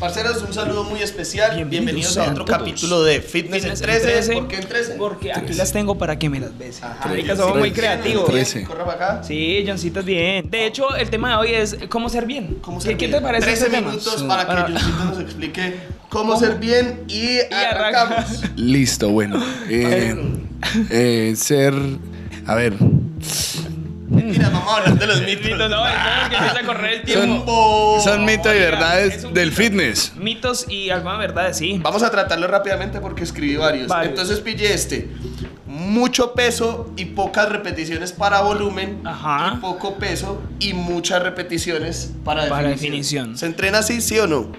Parceros, un saludo muy especial. Bienvenidos, Bienvenidos a a otro todos. capítulo de Fitness en 13. ¿Por qué en 13? Porque aquí las tengo para que me las beses. Ajá. Marica, somos muy Trece. creativos. Trece. Corra para acá. Sí, Johncito es bien. De hecho, el tema de hoy es eh, cómo ser bien. ¿Cómo ¿Qué- ser ¿Qué, bien? te parece 13 ese tema? minutos Sí. para que Bueno, Juncito nos explique cómo, ser bien y, arranca. arrancamos. Listo, bueno. Eh, eh, ser. A ver. Mira, vamos a hablar de los el mitos. mito, no, el tema es que empieza a correr el tiempo. Tiempo. Son mitos y Oiga, verdades es un del mito. fitness. Mitos y alguna verdad, sí. Vamos a tratarlo rápidamente porque escribí varios. Varios. Entonces pillé este. Mucho peso y pocas repeticiones para volumen. Ajá. Y poco peso y muchas repeticiones para, Para definición. ¿Se entrena así, sí o no?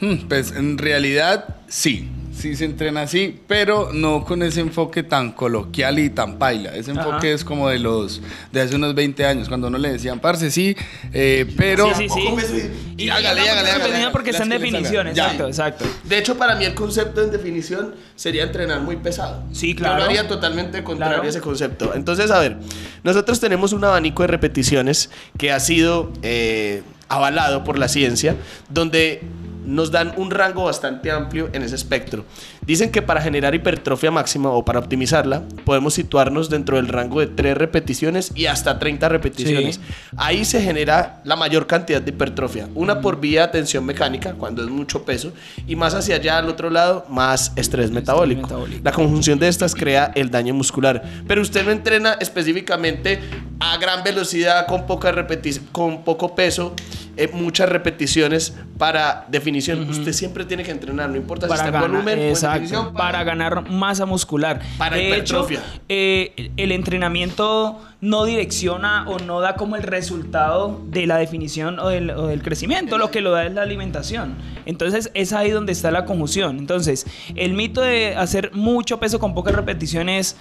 Hmm, Pues en realidad, sí. Sí se entrena así, pero no con ese enfoque tan coloquial y tan paila. Ese Ajá. enfoque es como de los de hace unos 20 años, cuando no le decían parce, sí, eh, pero. sí, sí, sí. Poco peso y- Y hágale, hagamos hágale, esa hágale, definida hágale. Porque está en Las que le definición, salgan. Ya. exacto, exacto. De hecho, para mí el concepto en definición sería entrenar muy pesado. Sí, Yo claro. lo haría totalmente contrario Claro. a ese concepto. Entonces, a ver, nosotros tenemos un abanico de repeticiones que ha sido eh, avalado por la ciencia, donde nos dan un rango bastante amplio en ese espectro. Dicen que para generar hipertrofia máxima o para optimizarla, podemos situarnos dentro del rango de 3 repeticiones y hasta 30 repeticiones. Sí. Ahí se genera la mayor cantidad de hipertrofia. Una por vía de tensión mecánica, cuando es mucho peso, y más hacia allá al otro lado, más estrés metabólico. metabólico. La conjunción de estas crea el daño muscular. Pero usted no entrena específicamente a gran velocidad, con, poca repeti- con poco peso, eh, muchas repeticiones para definición. Usted siempre tiene que entrenar, no importa si para está en ganar, este volumen o en exacto, definición, para ganar masa muscular. Para de hecho, hipertrofia. eh, el entrenamiento no direcciona o no da como el resultado de la definición o del, o del crecimiento, lo que lo da es la alimentación. Entonces es ahí donde está la conjunción. Entonces, el mito de hacer mucho peso con pocas repeticiones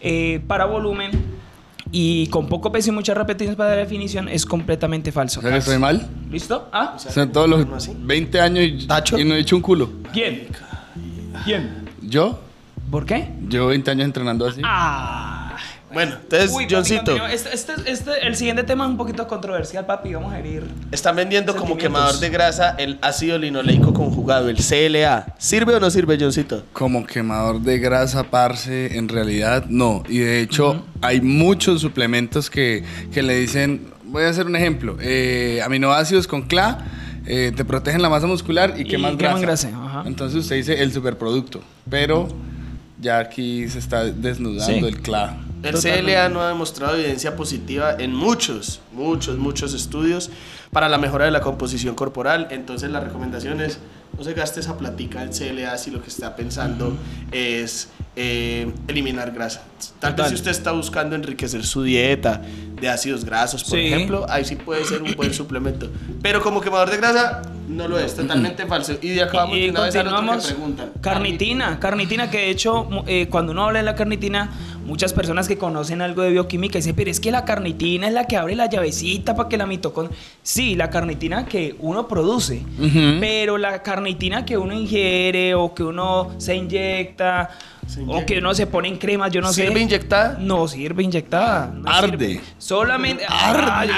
eh, para volumen y con poco peso y muchas repeticiones para definición es completamente falso. O sea que estoy mal. ¿Listo? ¿Ah? O sea, todos ¿No los así? 20 años y- ¿Tacho? y no he hecho un culo. ¿Quién? ¿Quién? ¿Yo? ¿Por qué? Yo 20 años entrenando así. Ah. Bueno, entonces, Uy, papi, Johncito, continúa. Este- este- este- el siguiente tema es un poquito controversial, papi. Vamos a herir. están vendiendo como Sentimientos. quemador de grasa el ácido linoleico conjugado, el CLA. ¿Sirve o no sirve, Johncito? Como quemador de grasa, parce, en realidad no. Y de hecho, hay muchos suplementos que, que le dicen, voy a hacer un ejemplo, eh, aminoácidos con CLA eh, te protegen la masa muscular y, Y queman grasa. queman grasa, ajá. Entonces usted dice el superproducto, pero ya aquí se está desnudando Sí. el CLA. El Totalmente. CLA no ha demostrado evidencia positiva en muchos, muchos, muchos estudios para la mejora de la composición corporal. Entonces la recomendación es no se gaste esa platica en CLA si lo que está pensando es eh, eliminar grasa. Tal vez Total. si usted está buscando enriquecer su dieta de ácidos grasos, por Sí. ejemplo, ahí sí puede ser un buen suplemento. Pero como quemador de grasa, no lo es, totalmente falso. Y de acá vamos de Y una vez al otro que continuamos. preguntan. Carnitina, carnitina que de hecho mu- eh, cuando uno habla de la carnitina, muchas personas que conocen algo de bioquímica dicen, pero es que la carnitina es la que abre la llavecita para que la mitocondria... Sí, la carnitina que uno produce, Ujú. pero la carnitina que uno ingiere o que uno se inyecta, Se o inyecta. que uno se pone en cremas, yo no sé. ¿Sirve Ah, inyectada? No sirve inyectada. no Arde. sirve. Solamente. Ay,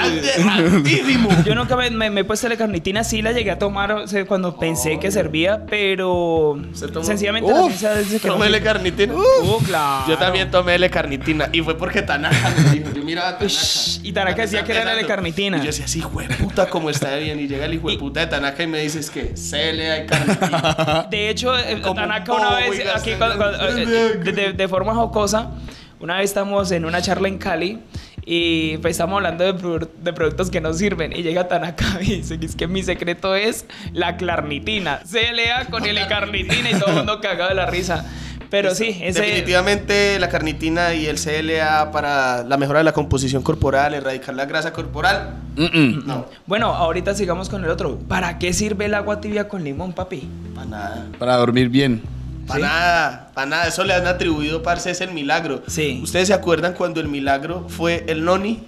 Altísimo. Yo nunca me, me- me he puesto la carnitina, sí la llegué a tomar o sea, cuando pensé que servía, pero Se tomó. sencillamente la Uf, ciencia dice que no Tómele sirve. carnitina. Uh, claro. Yo también tomé L-carnitina y fue porque Tanaka me dijo, yo miraba a Tanaka. Ush, y Tanaka decía que era la L-carnitina. Y yo decía, sí, hijo de puta, cómo está de bien. Y llega el hijo de puta de Tanaka y me dice, es que CLA y carnitina. De hecho, eh, Como Tanaka un una bobo y vez, aquí, gastando- cuando- cuando- eh, de, de- de forma jocosa, una vez estamos en una charla en Cali y pues estamos hablando de, produ- de productos que no sirven y llega Tanaka y dice que es que mi secreto es la carnitina, CLA con L-carnitina y todo el mundo cagado de la risa. Pero sí, ese... Pues, Definitivamente la carnitina y el CLA para la mejora de la composición corporal, erradicar la grasa corporal. Mm-mm. No, Bueno, ahorita sigamos con el otro. ¿Para qué sirve el agua tibia con limón, papi? para nada. Para dormir bien. Para nada, para nada. Eso le han atribuido, parce, es el milagro. Sí. ¿Ustedes se acuerdan cuando el milagro fue el noni?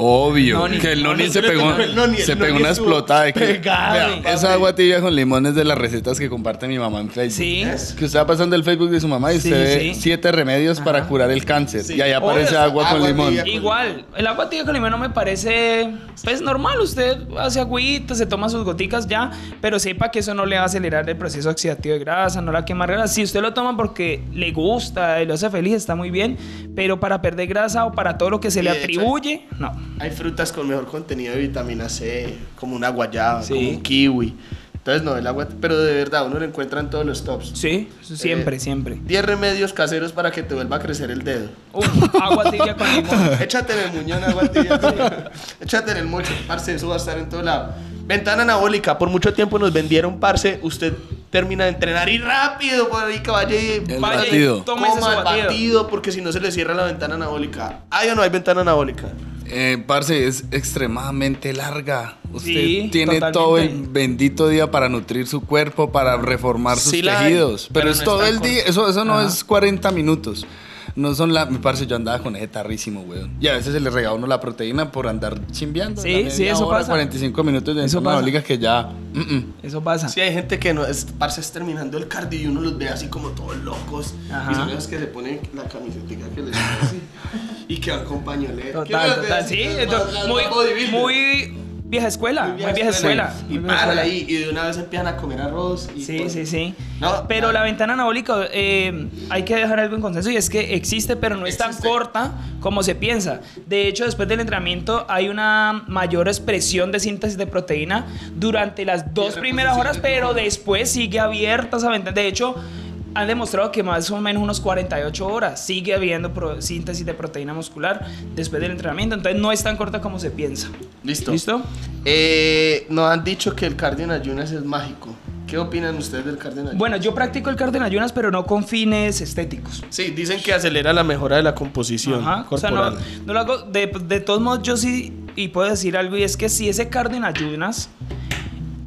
Obvio. Noni. que el noni, Noni, se creo que pegó, no, el noni, el se noni pegó una estuvo explotada. de que- pegado, Vea, papi. esa agua tibia con limón es de las recetas que comparte mi mamá en Facebook. Sí. Que usted va pasando el Facebook de su mamá y Sí, usted ve sí. siete remedios para curar el cáncer. Sí. Y ahí aparece Obvio, agua, con agua limón. tibia. Igual, el agua tibia con limón no me parece pues normal, usted hace agüita, se toma sus goticas ya, pero sepa que eso no le va a acelerar el proceso oxidativo de grasa, no la quema grasa. Si usted lo toma porque le gusta y lo hace feliz, está muy bien, pero para perder grasa o para todo lo que se Y le de hecho- atribuye, no. Hay frutas con mejor contenido de vitamina C, como una guayaba, Sí. como un kiwi. Entonces, no, el agua, pero de verdad, uno lo encuentra en todos los tops. Sí, siempre, Eh, siempre. 10 remedios caseros para que te vuelva a crecer el dedo. Uf, agua tibia con limón. Échate en el muñón, agua tibia. Échate en el mocho, parce, eso va a estar en todo lado. Ventana anabólica, por mucho tiempo nos vendieron, parce, usted termina de entrenar y rápido, por ahí caballe, El vaya, batido. Tómese su coma el batido. batido, porque si no se le cierra la ventana anabólica. ¿Hay o no hay ventana anabólica? Eh, parce, es extremadamente larga. Usted Sí, tiene todo el totalmente. bendito día para nutrir su cuerpo, para reformar sus Sí la hay, tejidos. pero, pero es no todo es el tan día. Eso, eso no Ajá. es 40 minutos. No son la. Mi parce, yo andaba con ese tarrísimo, weón. Y a veces se le regaba a uno la proteína por andar chimbeando. Sí, la media sí, eso hora, pasa. 45 minutos de Eso una pasa. liga que ya. mm, mm. Eso pasa. Sí, hay gente que no es, parce, es terminando el cardio y uno los ve así como todos locos. Ajá. Y son esos que se ponen la camisetica que les queda así. y que van con pañoleta. Que uno Total, los ve total. así, Sí, los esto- más- más muy, bodybuilder. muy vieja escuela, muy vieja, escuela. Y muy vieja paran escuela. ahí y de una vez empiezan a comer arroz. Y Sí, por- sí, sí. Ah, No, pero no. la ventana anabólica eh, hay que dejar algo en consenso y es que existe, pero no es tan Existe. corta como se piensa. De hecho, después del entrenamiento hay una mayor expresión de síntesis de proteína durante las dos reposición primeras horas, de pero después sigue abierta esa ventana. De hecho, han demostrado que más o menos unos 48 horas sigue habiendo pro- síntesis de proteína muscular después del entrenamiento. Entonces no es tan corta como se piensa. Listo. ¿Listo? Eh, nos han dicho que el cardio en ayunas es mágico. ¿Qué opinan ustedes del cardio en ayunas? Bueno, yo practico el cardio en ayunas, pero no con fines estéticos. Sí, dicen que acelera la mejora de la composición Ajá, o sea, corporal. no, no lo hago. De, de todos modos, yo sí. Y puedo decir algo, y es que si ese cardio en ayunas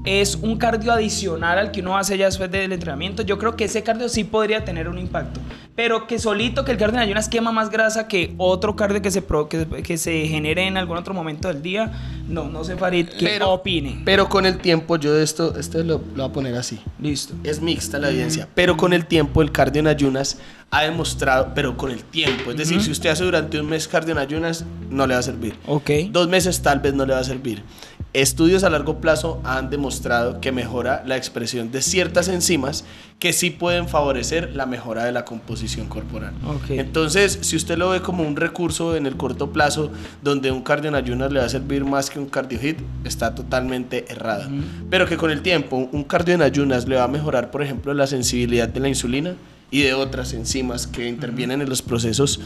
es un cardio adicional al que uno hace ya después del entrenamiento, yo creo que ese cardio sí podría tener un impacto. Pero que solito que el cardio en ayunas quema más grasa que otro cardio que se, pro- que, que se genere en algún otro momento del día, no, no sé, Farid, que opine. Pero con el tiempo, yo de esto, esto lo, lo voy a poner así. Listo. Es mixta la evidencia, pero con el tiempo el cardio en ayunas ha demostrado, pero con el tiempo, es decir, si usted hace durante un mes cardio en ayunas, no le va a servir. Ok. Dos meses tal vez no le va a servir. Estudios a largo plazo han demostrado que mejora la expresión de ciertas enzimas que sí pueden favorecer la mejora de la composición corporal. Ok. Entonces, si usted lo ve como un recurso en el corto plazo donde un cardio en ayunas le va a servir más que un cardio hit, está totalmente errada. Pero que con el tiempo un cardio en ayunas le va a mejorar, por ejemplo, la sensibilidad de la insulina y de otras enzimas que intervienen en los procesos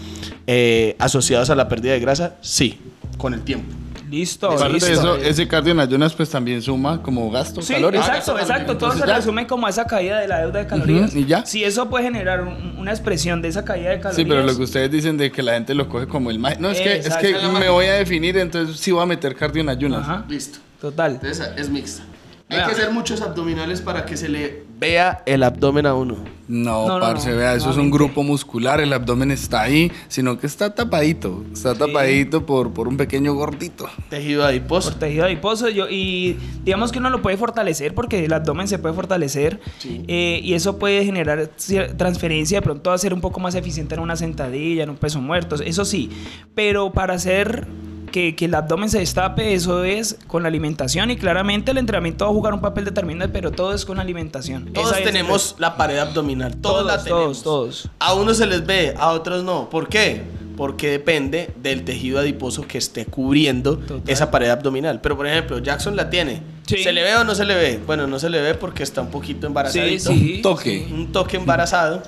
eh, asociados a la pérdida de grasa, sí, con el tiempo. Listo. Aparte listo. de eso, ese cardio en ayunas pues también suma como gasto, Sí, calores. exacto, Ah, exacto. Todo se ya. resume como a esa caída de la deuda de calorías. Ujú, ¿y ya? Si eso puede generar un- una expresión de esa caída de calorías. Sí, pero lo que ustedes dicen de que la gente lo coge como el ma- No, es que, es Exacto. que me voy a definir, entonces sí voy a meter cardio en ayunas. Ajá, Listo. total. Entonces es mixta. Hay Vea. que hacer muchos abdominales para que se le vea el abdomen a uno. No, No, no, parce, no, vea, eso es un nuevamente. grupo muscular, el abdomen está ahí, sino que está tapadito, está tapadito por, por un pequeño gordito. Tejido adiposo. Por tejido adiposo yo, y digamos que uno lo puede fortalecer porque el abdomen se puede fortalecer Sí. eh, y eso puede generar cier- transferencia de pronto a ser un poco más eficiente en una sentadilla, en un peso muerto, eso sí, pero para hacer que, que el abdomen se destape, eso es con la alimentación y claramente el entrenamiento va a jugar un papel determinante, pero todo es con la alimentación. Todos Esa es- tenemos la pared abdominal. Todos, Todos, la tenemos. todos, todos. A unos se les ve, a otros no. ¿Por qué? Porque depende del tejido adiposo que esté cubriendo Total. esa pared abdominal. Pero, por ejemplo, Jackson la tiene. Sí. ¿Se le ve o no se le ve? Bueno, no se le ve porque está un poquito embarazadito. Sí, Toque. Un toque embarazado.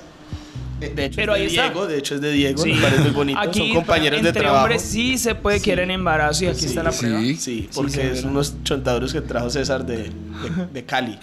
Eh, De hecho, Pero es de ahí está. Diego. De hecho, es de Diego. Sí. Me parece muy bonito. Aquí, Son compañeros entre de trabajo. hombres sí se puede quedar en embarazo y aquí está la sí. prueba. Sí, Sí, porque se es verá. unos chontadores que trajo César de, de- de Cali.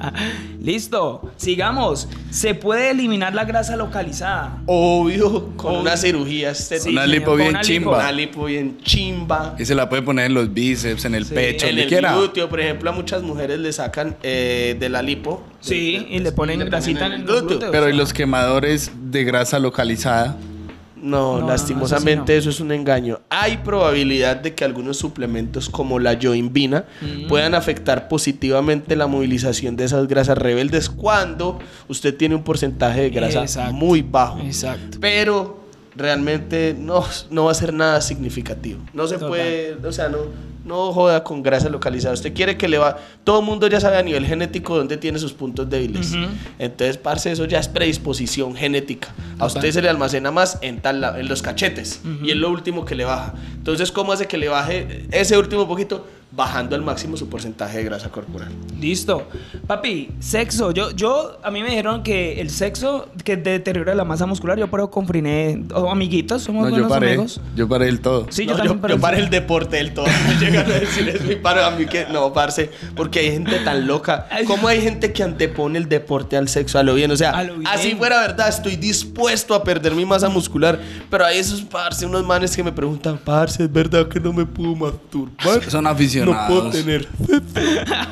Listo, sigamos. Se puede eliminar la grasa localizada. Obvio, con Obvio. una cirugía estética. una señor, lipo con bien una lipo. chimba. Una lipo bien pues, chimba. Y se la puede poner en los bíceps, en el Sí. pecho, En donde el quiera. glúteo, por ejemplo, a muchas mujeres le sacan eh, de la lipo. Pues, Sí, de- de- y le ponen grasita en el glúteo. Pero ¿y los quemadores de grasa localizada? No, No, no, lastimosamente no, eso sí eso no. es un engaño. Hay probabilidad de que algunos suplementos como la yoimbina Mm. puedan afectar positivamente la movilización de esas grasas rebeldes cuando usted tiene un porcentaje de grasa Exacto. muy bajo. Exacto. Pero realmente no, no va a ser nada significativo. No se Total. puede, o sea, no, no joda con grasa localizada. Usted quiere que le va... Todo el mundo ya sabe a nivel genético dónde tiene sus puntos débiles. Ujú. Entonces, parce, eso ya es predisposición genética. A usted Total. se le almacena más en, tal, la- en los cachetes Ujú. y es lo último que le baja. Entonces, ¿cómo hace que le baje ese último poquito? Bajando al máximo su porcentaje de grasa corporal. Listo. Papi, sexo. Yo, yo, a mí me dijeron que el sexo que deteriora la masa muscular, yo paro con Friné, o amiguitos, somos No, yo buenos paré. amigos. Yo paré el todo. Sí, No, yo también paré. paré el deporte del todo. No llegan a decir es mi paro a mí que no, parce, porque hay gente tan loca. Ay. ¿Cómo hay gente que antepone el deporte al sexo a lo bien? O sea, A lo bien. así fuera verdad, estoy dispuesto a perder mi masa muscular, pero hay esos parce, unos manes que me preguntan, parce, ¿es verdad que no me puedo masturbar? Son No aficionados. puedo tener.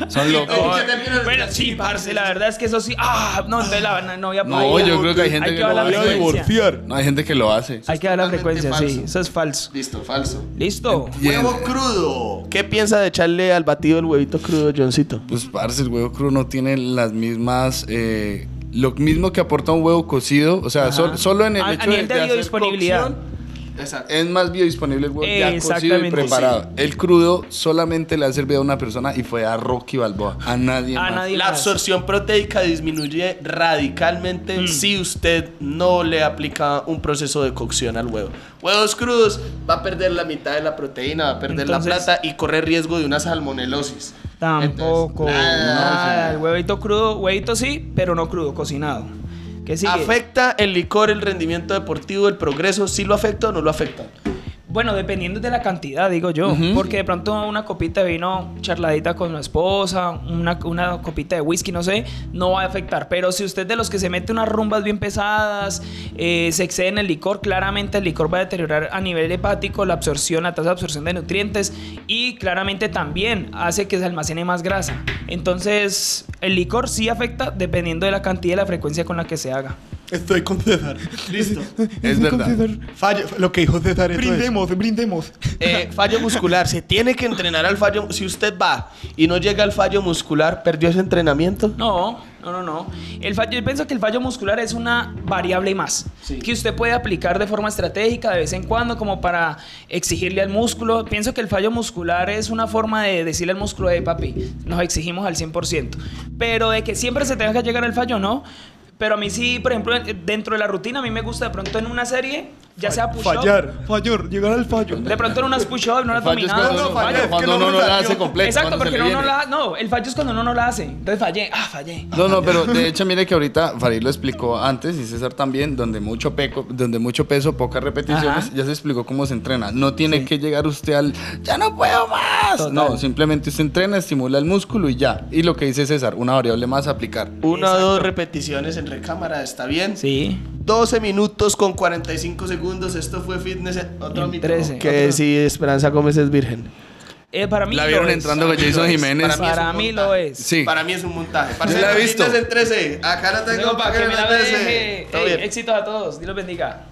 Son locos. No, Ay, Bueno, sí, parce, la verdad es que eso sí. Ah, no, entonces la verdad no había No, podido. yo creo que hay gente Hay que que lo hablar hace. de frecuencia. No, hay gente que lo hace. Hay que dar la Totalmente frecuencia, sí. falso. Eso es falso. Listo, falso. Listo. Y en- Huevo crudo. ¿Qué piensa de echarle al batido el huevito crudo, Johncito? Pues parce, el huevo crudo no tiene las mismas. eh, lo mismo que aporta un huevo cocido. O sea, Ajá. sol- solo en el Ah, A- a hecho de, nivel de de hacer biodisponibilidad. cocción, Exacto. es más biodisponible el huevo ya cocido y Exactamente. preparado. El crudo solamente le ha servido a una persona y fue a Rocky Balboa. A nadie A más. nadie La más. absorción proteica disminuye radicalmente Mm. si usted no le aplica un proceso de cocción al huevo. Huevos crudos va a perder la mitad de la proteína, va a perder Entonces- la plata y corre riesgo de una salmonelosis. Tampoco. Entonces, nada. nada. El huevito crudo, huevito sí, pero no crudo, cocinado. ¿Qué sigue? ¿Afecta el licor, el rendimiento deportivo, el progreso? ¿Sí lo afecta o no lo afecta? Bueno, dependiendo de la cantidad, digo yo. Porque de pronto una copita de vino charladita con la esposa, una, una copita de whisky, no sé, no va a afectar. Pero si usted es de los que se mete unas rumbas bien pesadas, eh, se excede en el licor, claramente el licor va a deteriorar a nivel hepático la absorción, la tasa de absorción de nutrientes y claramente también hace que se almacene más grasa. Entonces, el licor sí afecta dependiendo de la cantidad y la frecuencia con la que se haga. Estoy con César. Listo. Es verdad. Fallo, lo que dijo César esto es. Brindemos, brindemos. Eh, fallo muscular. Se tiene que entrenar al fallo. Si usted va y no llega al fallo muscular, ¿perdió ese entrenamiento? No, no, no, no. El fallo, yo pienso que el fallo muscular es una variable más Sí. que usted puede aplicar de forma estratégica de vez en cuando como para exigirle al músculo. Pienso que el fallo muscular es una forma de decirle al músculo, de papi, nos exigimos al 100%. Pero de que siempre se tenga que llegar al fallo, no. Pero a mí sí, por ejemplo, dentro de la rutina, a mí me gusta de pronto en una serie, ya sea push-up, Fallar, fallar, llegar al fallo. de pronto en unas push-up, en unas Fallo es dominadas. cuando, No, no, fallo es cuando que no uno no la salió. hace completa. Exacto, cuando se porque le uno no viene. la... No, el fallo es cuando uno no la hace. Entonces fallé, ah, fallé. No, no, pero de hecho, mire que ahorita Farid lo explicó antes y César también, donde mucho, peco, donde mucho peso, pocas repeticiones, Ajá. ya se explicó cómo se entrena. No tiene que llegar usted al, ya no puedo más. Total. No, simplemente usted entrena, estimula el músculo y ya. Y lo que dice César, una variable más a aplicar. Una o dos repeticiones en recámara, ¿está bien? Sí. 12 minutos con 45 segundos. Esto fue Fitness. Otro En mito. 13. Que Otro. si Esperanza Gómez es virgen. Eh, para mí La lo vieron es. entrando con Jason es. Jiménez. Para mí es Para un mí montaje. lo es. Sí. Para mí es un montaje. la he Fitness visto. en 13. Acá la tengo Luego, para que me la la eh, trece. deje. Todo Ey, bien. éxitos a todos. Dios los bendiga.